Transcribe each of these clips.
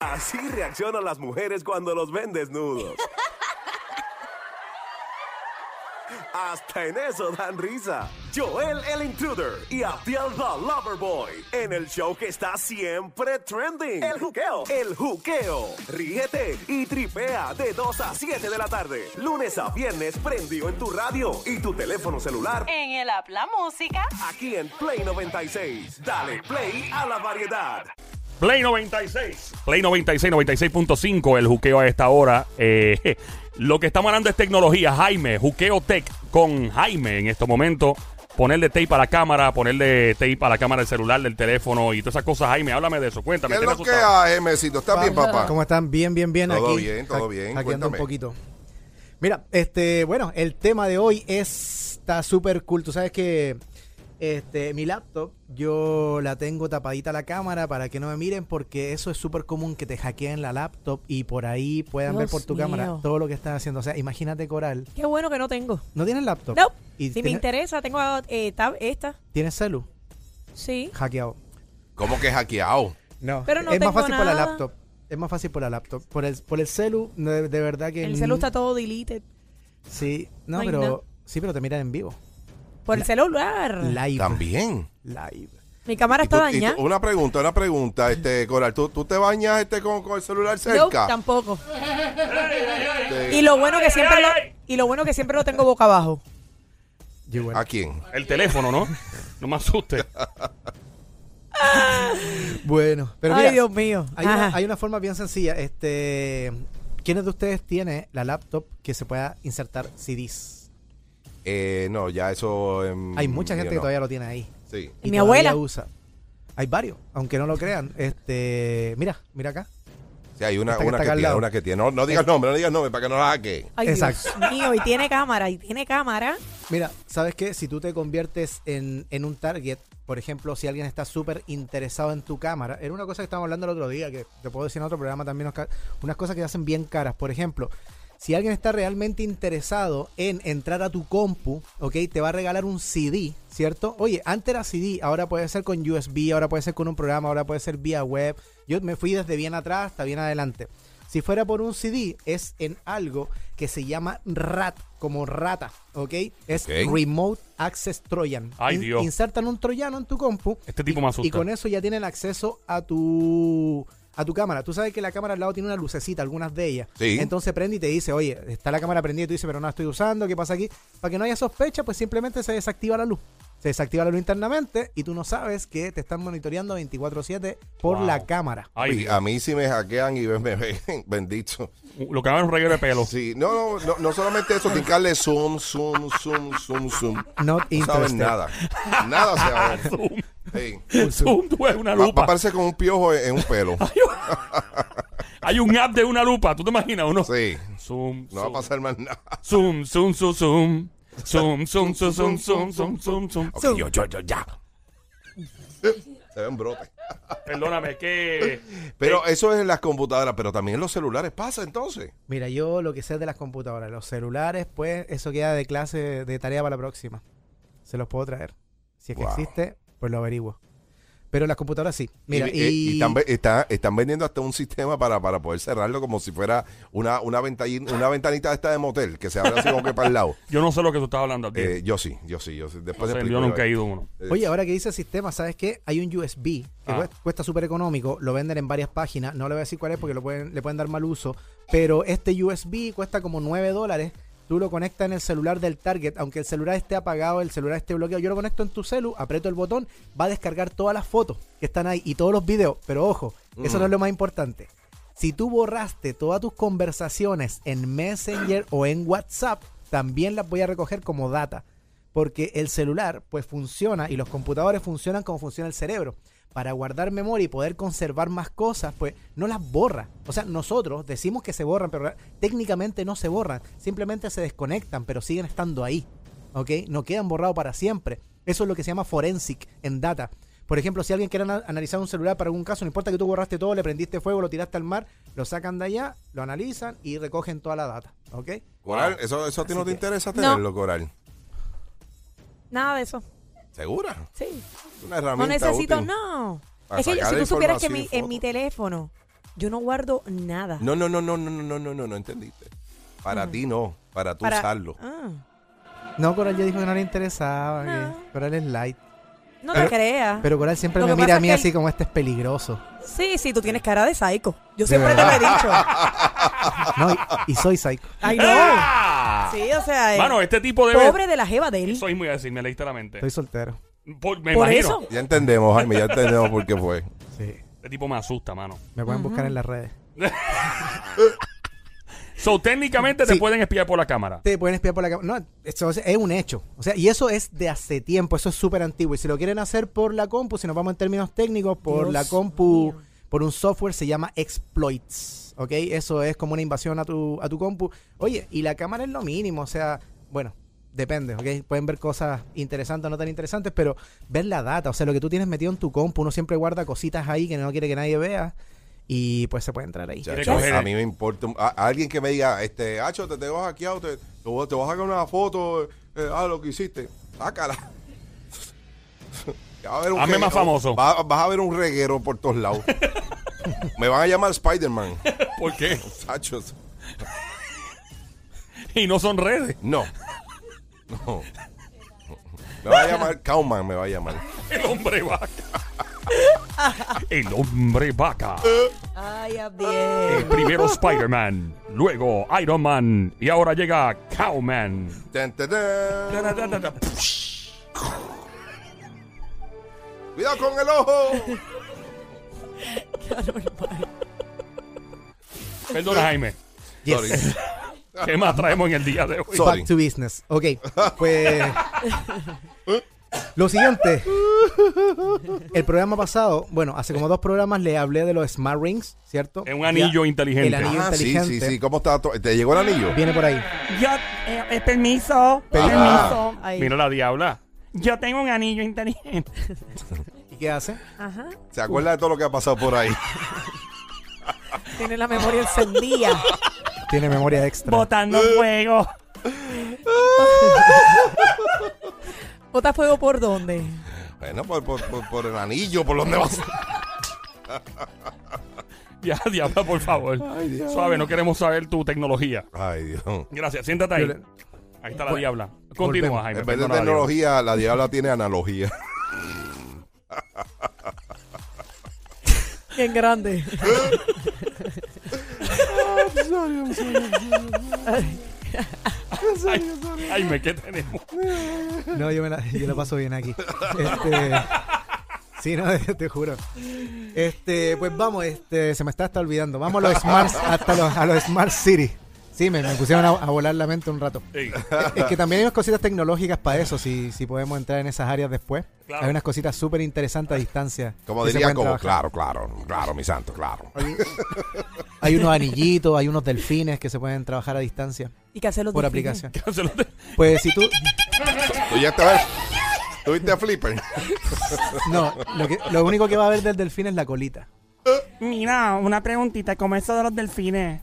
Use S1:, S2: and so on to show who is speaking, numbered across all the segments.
S1: Así reaccionan las mujeres cuando los ven desnudos. Hasta en eso dan risa. Joel el Intruder y Abdiel the Loverboy en el show que está siempre trending. El juqueo. El juqueo. Ríete y tripea de 2 a 7 de la tarde. Lunes a viernes prendió en tu radio y tu teléfono celular.
S2: En el app La Música.
S1: Aquí en Play 96. Dale play a la variedad.
S3: Play 96. Play 96, 96.5. El juqueo a esta hora. Eh, lo que estamos hablando es tecnología. Jaime, juqueo tech con Jaime en estos momentos. Ponerle tape a la cámara, ponerle tape a la cámara del celular, del teléfono y todas esas cosas. Jaime, háblame de eso. Cuéntame.
S4: ¿Qué es
S3: ¿tienes
S4: lo que
S3: asustado?
S4: hay, Mesito? ¿Estás bien, papá?
S5: ¿Cómo están? Bien, bien, bien.
S4: Todo
S5: aquí,
S4: bien, todo bien.
S5: Aquí ando
S4: Cuéntame.
S5: un poquito. Mira, este, bueno, el tema de hoy está súper cool. Tú sabes que este, mi laptop, yo la tengo tapadita la cámara para que no me miren, porque eso es súper común que te hackeen la laptop y por ahí puedan ver
S6: Dios
S5: por tu cámara
S6: mío.
S5: todo lo que estás haciendo. O sea, imagínate, Coral.
S6: Qué bueno que no tengo.
S5: ¿No tienes laptop?
S6: No.
S5: ¿Y
S6: Si me
S5: tienes,
S6: interesa, tengo eh, tab- esta.
S5: ¿Tienes celu?
S6: Sí.
S5: Hackeado.
S4: ¿Cómo que hackeado?
S5: No,
S6: Pero no
S5: es más
S6: tengo
S5: fácil por la
S6: nada.
S5: laptop. Es más fácil por la laptop. Por el, por el celu, de, de verdad que...
S6: El celu
S5: n-
S6: está todo deleted.
S5: Sí, no,
S6: No hay
S5: pero
S6: nada.
S5: sí, pero te miran en vivo.
S6: Por el celular.
S5: Live.
S4: También.
S5: Live.
S6: Mi cámara
S4: ¿Y tú-
S6: está
S4: y tú-
S6: dañada.
S4: una pregunta, una pregunta, este, Coral. ¿Tú, tú te bañas este, con, con el celular
S6: No,
S4: cerca?
S6: tampoco.
S4: Este,
S6: Y lo bueno que siempre
S3: ay,
S6: lo,
S3: ay.
S6: y lo bueno que siempre lo tengo boca abajo.
S5: Yo igual.
S4: ¿A quién?
S3: El teléfono, ¿no? No me asustes.
S5: Bueno, pero mira,
S6: Ay, Dios mío.
S5: Hay, una,
S6: Ajá.
S5: hay una forma bien sencilla. Este, ¿Quiénes de ustedes tiene la laptop que se pueda insertar CDs?
S4: Eh, no, ya eso... em,
S5: Hay mucha gente
S4: yo
S5: que
S4: no.
S5: todavía lo tiene ahí.
S4: Sí.
S6: Y
S5: Y
S6: mi
S5: todavía
S6: abuela.
S5: usa. Hay varios, aunque no lo crean. Este, mira, mira acá.
S4: Sí, hay una,
S5: Esta que
S4: una
S5: está
S4: que
S5: acá al
S4: tiene,
S5: lado. Eh.
S4: una que tiene. No, no digas nombre, no digas nombre para que no la hackeen.
S6: Ay,
S5: Exacto.
S6: Dios mío. Y tiene cámara, y tiene cámara.
S5: Mira, ¿sabes qué? Si tú te conviertes en, en un target, por ejemplo, si alguien está súper interesado en tu cámara, era una cosa que estábamos hablando el otro día, que te puedo decir en otro programa también, Oscar, unas cosas que se hacen bien caras. Por ejemplo, si alguien está realmente interesado en entrar a tu compu, ¿ok? Te va a regalar un CD, ¿cierto? Oye, antes era CD, ahora puede ser con USB, ahora puede ser con un programa, ahora puede ser vía web. Yo me fui desde bien atrás hasta bien adelante. Si fuera por un CD, es en algo que se llama RAT, como rata, ¿ok? Es
S4: Ok.
S5: Remote Access Trojan.
S3: Ay, Dios.
S5: Insertan un troyano en tu compu.
S3: Este tipo
S5: y-
S3: me asusta.
S5: Y con eso ya tienen acceso a tu a tu cámara. Tú sabes que la cámara al lado tiene una lucecita, algunas de ellas.
S4: Sí.
S5: Entonces prende y te dice, oye, está la cámara prendida y tú dices, pero no la estoy usando, ¿qué pasa aquí? Para que no haya sospecha, pues simplemente se desactiva la luz. Se desactiva la luz internamente y tú no sabes que te están monitoreando 24/7 por
S3: Wow.
S5: la cámara.
S3: Ay,
S4: Y a mí si me hackean y me ven, bendito.
S3: lo que hago es un reguero de pelo.
S4: Sí, no, no, no, no solamente eso, tincarle zoom, zoom, zoom, zoom, zoom.
S5: Not
S4: No saben
S5: interested.
S4: nada. Nada se va a ver.
S3: Zoom.
S4: Sí.
S3: Zoom, tú ves una
S4: Va, va
S3: lupa.
S4: a parecer con un piojo en en un pelo.
S3: Hay un app de una lupa. ¿Tú te imaginas uno?
S4: Sí.
S3: Zoom,
S4: No va a
S3: zoom.
S4: pasar más nada.
S3: Zoom, zoom, zoom, zoom. Zoom, zoom, zoom, zoom, zoom, zoom, zoom, zoom.
S4: Ok, yo, yo, yo, ya. Se ven brotes.
S3: Perdóname, que. Eh.
S4: Pero eso es en las computadoras, pero también en los celulares pasa entonces.
S5: Mira, yo lo que sé de las computadoras, los celulares, pues eso queda de clase, de tarea para la próxima. Se los puedo traer. Si es que
S4: Wow.
S5: existe, pues lo averiguo. Pero las computadoras sí. Mira, y,
S4: y, eh, y- y están, ve- está- están vendiendo hasta un sistema para, para poder cerrarlo como si fuera una, una, ventanita, una ventanita esta de motel que se abre así como que para el lado.
S3: Yo no sé lo que tú estás hablando, tío.
S4: Eh, yo sí, yo sí, yo sí.
S3: No
S4: Después
S3: sé,
S4: te explico.
S3: yo nunca he ido a uno.
S5: Oye, ahora que dice sistema, ¿sabes qué? Hay un USB que
S3: Ah.
S5: cuesta- cuesta súper económico, lo venden en varias páginas, no le voy a decir cuál es porque lo pueden, le pueden dar mal uso, pero este USB cuesta como 9 dólares, tú lo conectas en el celular del target, aunque el celular esté apagado, el celular esté bloqueado, yo lo conecto en tu celu, aprieto el botón, va a descargar todas las fotos que están ahí y todos los videos, pero ojo, eso no es lo más importante. Si tú borraste todas tus conversaciones en Messenger o en WhatsApp, también las voy a recoger como data porque el celular pues funciona y los computadores funcionan como funciona el cerebro. Para guardar memoria y poder conservar más cosas, pues no las borra. O sea, nosotros decimos que se borran, pero técnicamente no se borran. Simplemente se desconectan, pero siguen estando ahí. ¿Ok? No quedan borrados para siempre. Eso es lo que se llama forensic en data. Por ejemplo, si alguien quiere ana- analizar un celular para algún caso, no importa que tú borraste todo, le prendiste fuego, lo tiraste al mar, lo sacan de allá, lo analizan y recogen toda la data. ¿Ok?
S4: Coral, eso, eso a ti no
S5: Así
S4: te
S5: que-
S4: interesa
S6: No.
S4: tenerlo, Coral.
S6: Nada de eso.
S4: ¿Segura?
S6: Sí.
S4: Es Una herramienta
S6: No necesito,
S4: útil.
S6: no.
S4: Para
S6: Es que yo-
S4: sacar
S6: si tú supieras que
S4: información
S6: mi-
S4: y
S6: en mi
S4: fotos.
S6: teléfono Yo no guardo nada.
S4: No, no, no, no, no, no, no, no, no, entendiste. Para ti no, para tú
S6: Para-
S4: usarlo.
S6: Ah.
S5: No, Coral ya dijo que no le interesaba.
S6: No.
S5: que Coral es light.
S6: No
S4: Pero-
S6: te creas.
S5: Pero Coral siempre
S6: Lo
S5: me
S6: que
S5: mira
S6: pasa
S5: a mí
S6: es que
S5: así
S6: el-
S5: como este es peligroso.
S6: Sí, sí, tú tienes cara de psycho. Yo siempre te lo he dicho.
S5: No, y, y soy psycho.
S6: Ay, no.
S3: ¡Ah!
S6: Sí, o sea, eh,
S3: Mano, este tipo debe.
S6: pobre de la jeva de él. Pues,
S3: Eso mismo iba a decir, me leíste la mente.
S5: Estoy soltero.
S3: Por- me
S6: Por
S3: imagino.
S6: eso.
S4: Ya entendemos, Jaime, ya entendemos por qué fue.
S5: Sí.
S3: Este tipo me asusta, mano.
S5: Me pueden buscar en las redes.
S3: So, técnicamente te
S5: Sí.
S3: pueden espiar por la cámara.
S5: Te pueden espiar por la cámara. No, eso es, es un hecho. O sea, y eso es de hace tiempo, eso es súper antiguo. Y si lo quieren hacer por la compu, si nos vamos en términos técnicos, por
S6: Dios
S5: la compu,
S6: mío.
S5: por un software, se llama exploits. ¿Ok? Eso es como una invasión a tu, a tu compu. Oye, y la cámara es lo mínimo. O sea, bueno, depende, ¿ok? Pueden ver cosas interesantes o no tan interesantes, pero ver la data, o sea, lo que tú tienes metido en tu compu, uno siempre guarda cositas ahí que no quiere que nadie vea. Y pues se puede entrar ahí.
S4: Chacho,
S3: Quiere coger-
S4: a mí me importa. un- A, a alguien que me diga, este, Hacho, te tengo hackeado, te, te voy, te voy a sacar una foto, eh, eh, ah, lo que hiciste. Sácala. Ya va a haber un
S3: Hazme más
S4: reguero.
S3: famoso.
S4: Va- vas a ver un reguero por todos lados. me van a llamar Spider-Man.
S3: ¿Por qué?
S4: Hacho,
S3: Y no son redes.
S4: no. No. Me va a llamar Cowman, me va a llamar.
S3: El hombre vaca. El hombre vaca.
S6: Ay,
S3: El
S6: Abdiel.
S3: primero Spider-Man, luego Iron Man y ahora llega Cowman.
S4: Tan, tan, tan. Cuidado con el ojo.
S3: Perdona, Jaime.
S5: Yes.
S4: Sorry.
S3: ¿Qué más traemos en el día de hoy?
S4: So- Sorry.
S5: Back to business. Ok, pues. lo siguiente. El programa pasado, bueno, hace como dos programas le hablé de los Smart Rings, ¿cierto?
S3: Es un anillo
S5: Ya,
S3: inteligente.
S5: el anillo
S4: Ah, sí, sí,
S5: inteligente.
S4: sí. ¿Cómo está? to- ¿Te llegó el anillo?
S5: Viene por ahí.
S2: Yo, eh, eh, permiso, permiso.
S6: Ay.
S3: Mira la diabla.
S2: Yo tengo un anillo inteligente.
S5: ¿Y qué hace?
S6: Ajá.
S4: ¿Se acuerda de todo lo que ha pasado por ahí?
S6: Tiene la memoria encendida.
S5: Tiene memoria extra.
S2: Botando
S3: Eh.
S2: fuego.
S6: ¿Bota fuego por dónde?
S4: Bueno, por, por, por, por el anillo, por donde vas.
S3: Ya, diabla, por favor. Suave, no queremos saber tu tecnología.
S4: Ay, Dios.
S3: Gracias, siéntate ahí.
S5: Yo le-
S3: Ahí está la diabla. Continúa,
S5: volvemos.
S3: Jaime.
S4: Pues, En vez de
S3: perdona, la diabla.
S4: tecnología, la diabla tiene analogía.
S6: Bien grande.
S3: Ay, Jaime, ¿qué tenemos?
S5: No, yo, me la, yo la paso bien aquí. Este, sí, no, te juro. Este, pues vamos, este, se me está hasta olvidando. Vamos a los Smart, hasta los, a los Smart City. Sí, me, me pusieron a, a volar la mente un rato.
S3: Ey,
S5: Es que también hay unas cositas tecnológicas para eso, si, si podemos entrar en esas áreas después.
S3: Claro.
S5: Hay unas cositas súper interesantes a distancia.
S4: Como
S5: que se
S4: diría
S5: pueden
S4: como, claro,
S5: trabajar.
S4: claro, claro, mi santo, claro.
S5: Hay unos anillitos, hay unos delfines que se pueden trabajar a distancia
S6: ¿Y qué hacen los
S5: por
S6: delfines?
S5: aplicación.
S3: se lo te-
S5: Pues si tú...
S4: Tú ya te ves. Tuviste a Flipper.
S5: No, lo, que- lo único que va a haber del delfín es la colita.
S2: Mira, una preguntita, como eso de los delfines.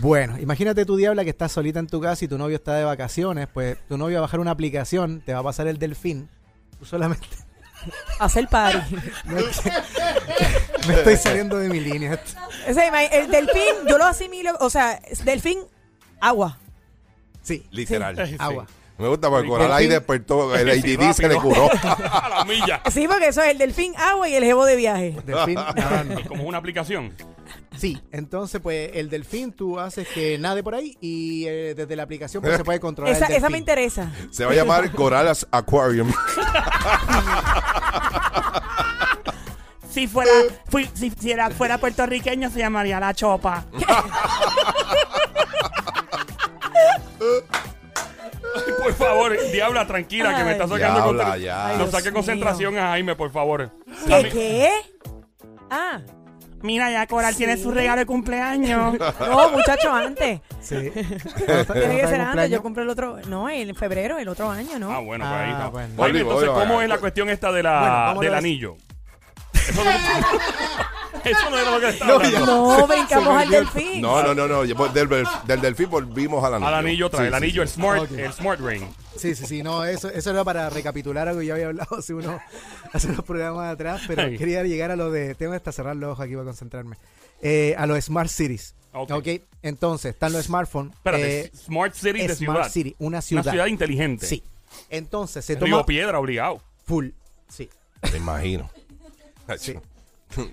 S5: Bueno, imagínate tu diabla que estás solita en tu casa y tu novio está de vacaciones, pues tu novio va a bajar una aplicación, te va a pasar el delfín. Tú solamente...
S6: Hacer party.
S5: No, es que- me estoy saliendo de mi línea.
S6: O sea, ima- el delfín, yo lo asimilo. O sea, es delfín, agua.
S5: Sí,
S4: Literal.
S5: agua.
S4: Me gusta porque Coral ahí
S5: Delfín.
S4: despertó, el
S3: Sí,
S4: ADD se le
S3: rápido.
S4: curó.
S3: a la milla.
S6: Sí, porque eso es el delfín, agua y el jevo de viaje.
S5: Delfín nadando.
S3: Como una aplicación.
S5: Sí, entonces pues el delfín tú haces que nade por ahí y eh, desde la aplicación pues, se puede controlar
S6: Esa,
S5: el
S6: esa
S5: delfín.
S6: me interesa.
S4: Se va a llamar Coral Aquarium.
S2: Si fuera, fui- si, si era- fuera puertorriqueño, se llamaría la chopa.
S3: Ay, Por favor, diabla, tranquila, que me está sacando el
S4: Diabla,
S3: control.
S4: ya.
S3: No
S6: Dios
S3: saque
S6: mío.
S3: concentración a Jaime, por favor.
S6: ¿Qué? qué? Ah,
S2: Mira, ya Coral tiene su regalo de cumpleaños.
S6: no, muchacho, antes.
S5: Sí.
S6: Tiene que ser antes. Yo compré el otro. No, en febrero, el otro año, ¿no?
S3: Ah, bueno, pues ahí
S5: Ah,
S3: está.
S5: bueno.
S3: Jaime,
S4: Volví,
S3: entonces,
S4: volví,
S3: ¿cómo
S4: volví.
S3: es la cuestión esta de
S5: Bueno,
S3: la,
S5: vámonos.
S3: del anillo? Eso no era lo que estaba
S4: No,
S3: hablando.
S6: No, brincamos al delfín.
S4: No, no, no, no. yo- Del, del delfín volvimos al anillo.
S3: Al anillo otra
S4: Sí,
S3: vez, el
S4: sí,
S3: anillo, el
S4: sí.
S3: smart,
S5: Ah, ok.
S3: el smart ring.
S5: Sí, sí, sí, no, eso, eso era para recapitular algo que yo había hablado hace unos, hace unos programas atrás, pero
S3: Ay.
S5: quería llegar a lo de, tengo hasta cerrar los ojos aquí para concentrarme, Eh, a los Smart Cities.
S3: Ok.
S5: Ok, entonces, están los smartphones.
S3: Espérate,
S5: eh,
S3: smart city de
S5: Smart
S3: ciudad.
S5: City, una
S3: Una
S5: ciudad.
S3: ciudad inteligente.
S5: Sí. Entonces, se
S3: Río
S5: toma
S3: Piedra, obligado.
S5: full, sí,
S4: Me imagino.
S5: Sí.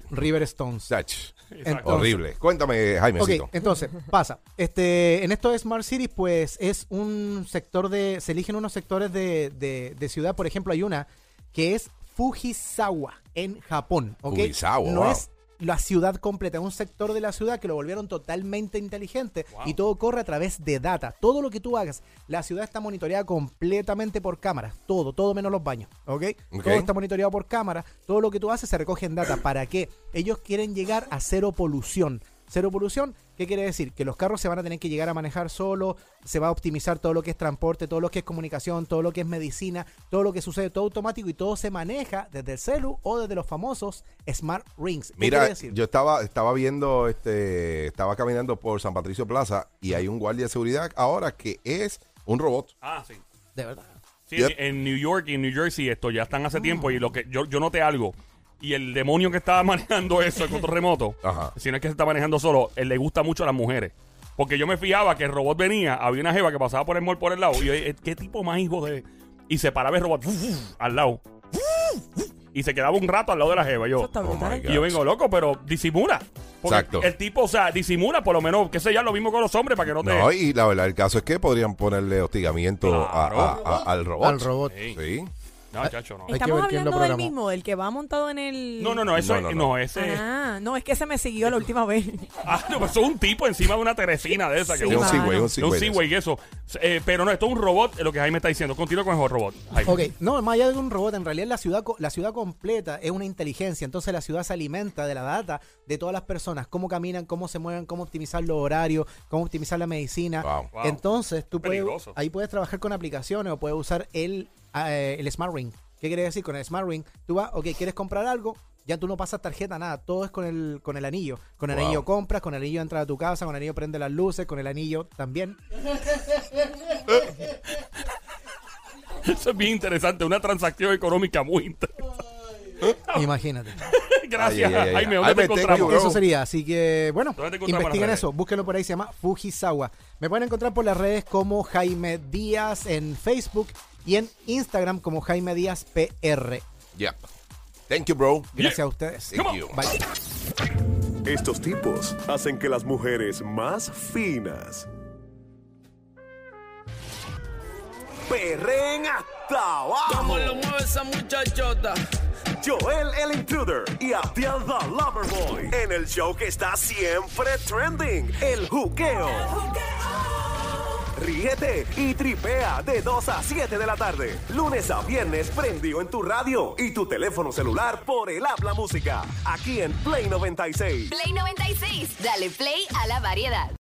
S5: River Stones.
S4: Sach,
S5: Exacto.
S4: Horrible. Cuéntame, Jaime.
S5: Ok, eh, entonces, pasa. Este, en estos Smart Cities, pues, es un sector de. Se eligen unos sectores de, de- de ciudad. Por ejemplo, hay una que es Fujisawa, en Japón. ¿ok?
S4: Fujisawa,
S5: No
S4: wow.
S5: es la ciudad completa, es un sector de la ciudad que lo volvieron totalmente inteligente y todo corre a través de data. Todo lo que tú hagas, la ciudad está monitoreada completamente por cámaras, todo, todo menos los baños, ¿ok?
S4: Ok.
S5: Todo está monitoreado por cámaras, todo lo que tú haces se recoge en data. ¿Para qué? Ellos quieren llegar a cero polución. Cero polución, ¿qué quiere decir? Que los carros se van a tener que llegar a manejar solo, se va a optimizar todo lo que es transporte, todo lo que es comunicación, todo lo que es medicina, todo lo que sucede, todo automático y todo se maneja desde el celu o desde los famosos smart rings. ¿Qué quiere
S4: Mira,
S5: decir?
S4: yo estaba, estaba viendo, este, estaba caminando por San Patricio Plaza y hay un guardia de seguridad ahora que es un robot.
S3: Ah, sí.
S5: De verdad.
S3: Sí,
S4: Yep.
S3: en, en New York y en New Jersey esto ya están hace tiempo y lo que yo, yo noté algo. Y el demonio que estaba manejando eso, el control remoto,
S4: Ajá.
S3: si no es que se está manejando solo, él le gusta mucho a las mujeres. Porque yo me fiaba que el robot venía, había una jeva que pasaba por el mall por el lado. Y yo, eh, ¿qué tipo más hijo de...? Y se paraba el robot ¡fuf, fuf! al lado. ¡fuf, fuf! Y se quedaba un rato al lado de la jeva. Yo,
S6: Eso está
S4: Oh, my
S6: brutal.
S4: God.
S3: Y yo vengo loco, pero disimula. Porque
S4: Exacto.
S3: El tipo, o sea, disimula, por lo menos, qué sé yo, lo mismo con los hombres para que no te.
S4: No, y la verdad, el caso es que podrían ponerle hostigamiento a- a- a- al robot.
S5: Al robot.
S4: Sí.
S3: No, chacho, no.
S5: Hay que
S6: Estamos
S5: ver quién lo
S6: hablando del
S5: programó.
S6: mismo, del que va montado en el.
S3: oh No, no, no, eso
S4: No,
S3: es-
S4: no,
S3: no,
S4: no.
S3: ese es.
S6: Ah, no, es que se me siguió la última vez.
S3: Ah, no, pues eso es un tipo encima de una teresina de esa.
S6: Sí,
S3: que
S4: Es un
S6: mano.
S4: Segway, es un
S3: un
S4: Segway.
S3: Seaway y eso. Eh, pero no, esto es un robot, eh, lo que Jaime está diciendo. Continúa con el robot. Jaime.
S5: Ok, no, más allá de un robot, en realidad la ciudad, co- la ciudad completa es una inteligencia, entonces la ciudad se alimenta de la data de todas las personas, cómo caminan, cómo se mueven, cómo optimizar los horarios, cómo optimizar la medicina.
S4: Wow.
S3: Wow.
S5: Entonces tú puedes,
S3: Peligroso.
S5: ahí puedes trabajar con aplicaciones o puedes usar el, eh, el Smart Ring. ¿Qué quiere decir con el Smart Ring? Tú vas, ok, quieres comprar algo, ya tú no pasas tarjeta, nada, todo es con el, con el anillo. Con el
S4: Wow.
S5: anillo compras, con el anillo entras a tu casa, con el anillo prende las luces, con el anillo también.
S3: Eso es bien interesante. Una transacción económica muy interesante.
S5: Imagínate.
S3: Gracias,
S4: Ay, ay, ay, ay.
S3: Jaime.
S4: Ay,
S3: ¿Dónde
S4: me
S3: te
S4: tengo,
S3: encontramos?
S4: bro.
S5: Eso sería, así que bueno,
S3: ¿Dónde te encontramos en
S5: investiguen
S3: las redes?
S5: eso, búsquenlo por ahí, se llama Fujisawa. Me pueden encontrar por las redes como Jaime Díaz en Facebook y en Instagram como Jaime Díaz PR.
S4: Yeah. Thank you, bro.
S5: Gracias a ustedes.
S4: Thank you.
S5: Bye.
S1: Estos tipos hacen que las mujeres más finas perren hasta abajo.
S7: ¿Cómo lo mueve esa muchachota?
S1: Joel el Intruder y Abdiel the Loverboy en el show que está siempre trending, el juqueo. Ríete y tripea de 2 a 7 de la tarde, lunes a viernes prendido en tu radio y tu teléfono celular por el habla música, aquí en Play 96.
S8: Play 96, dale play a la variedad.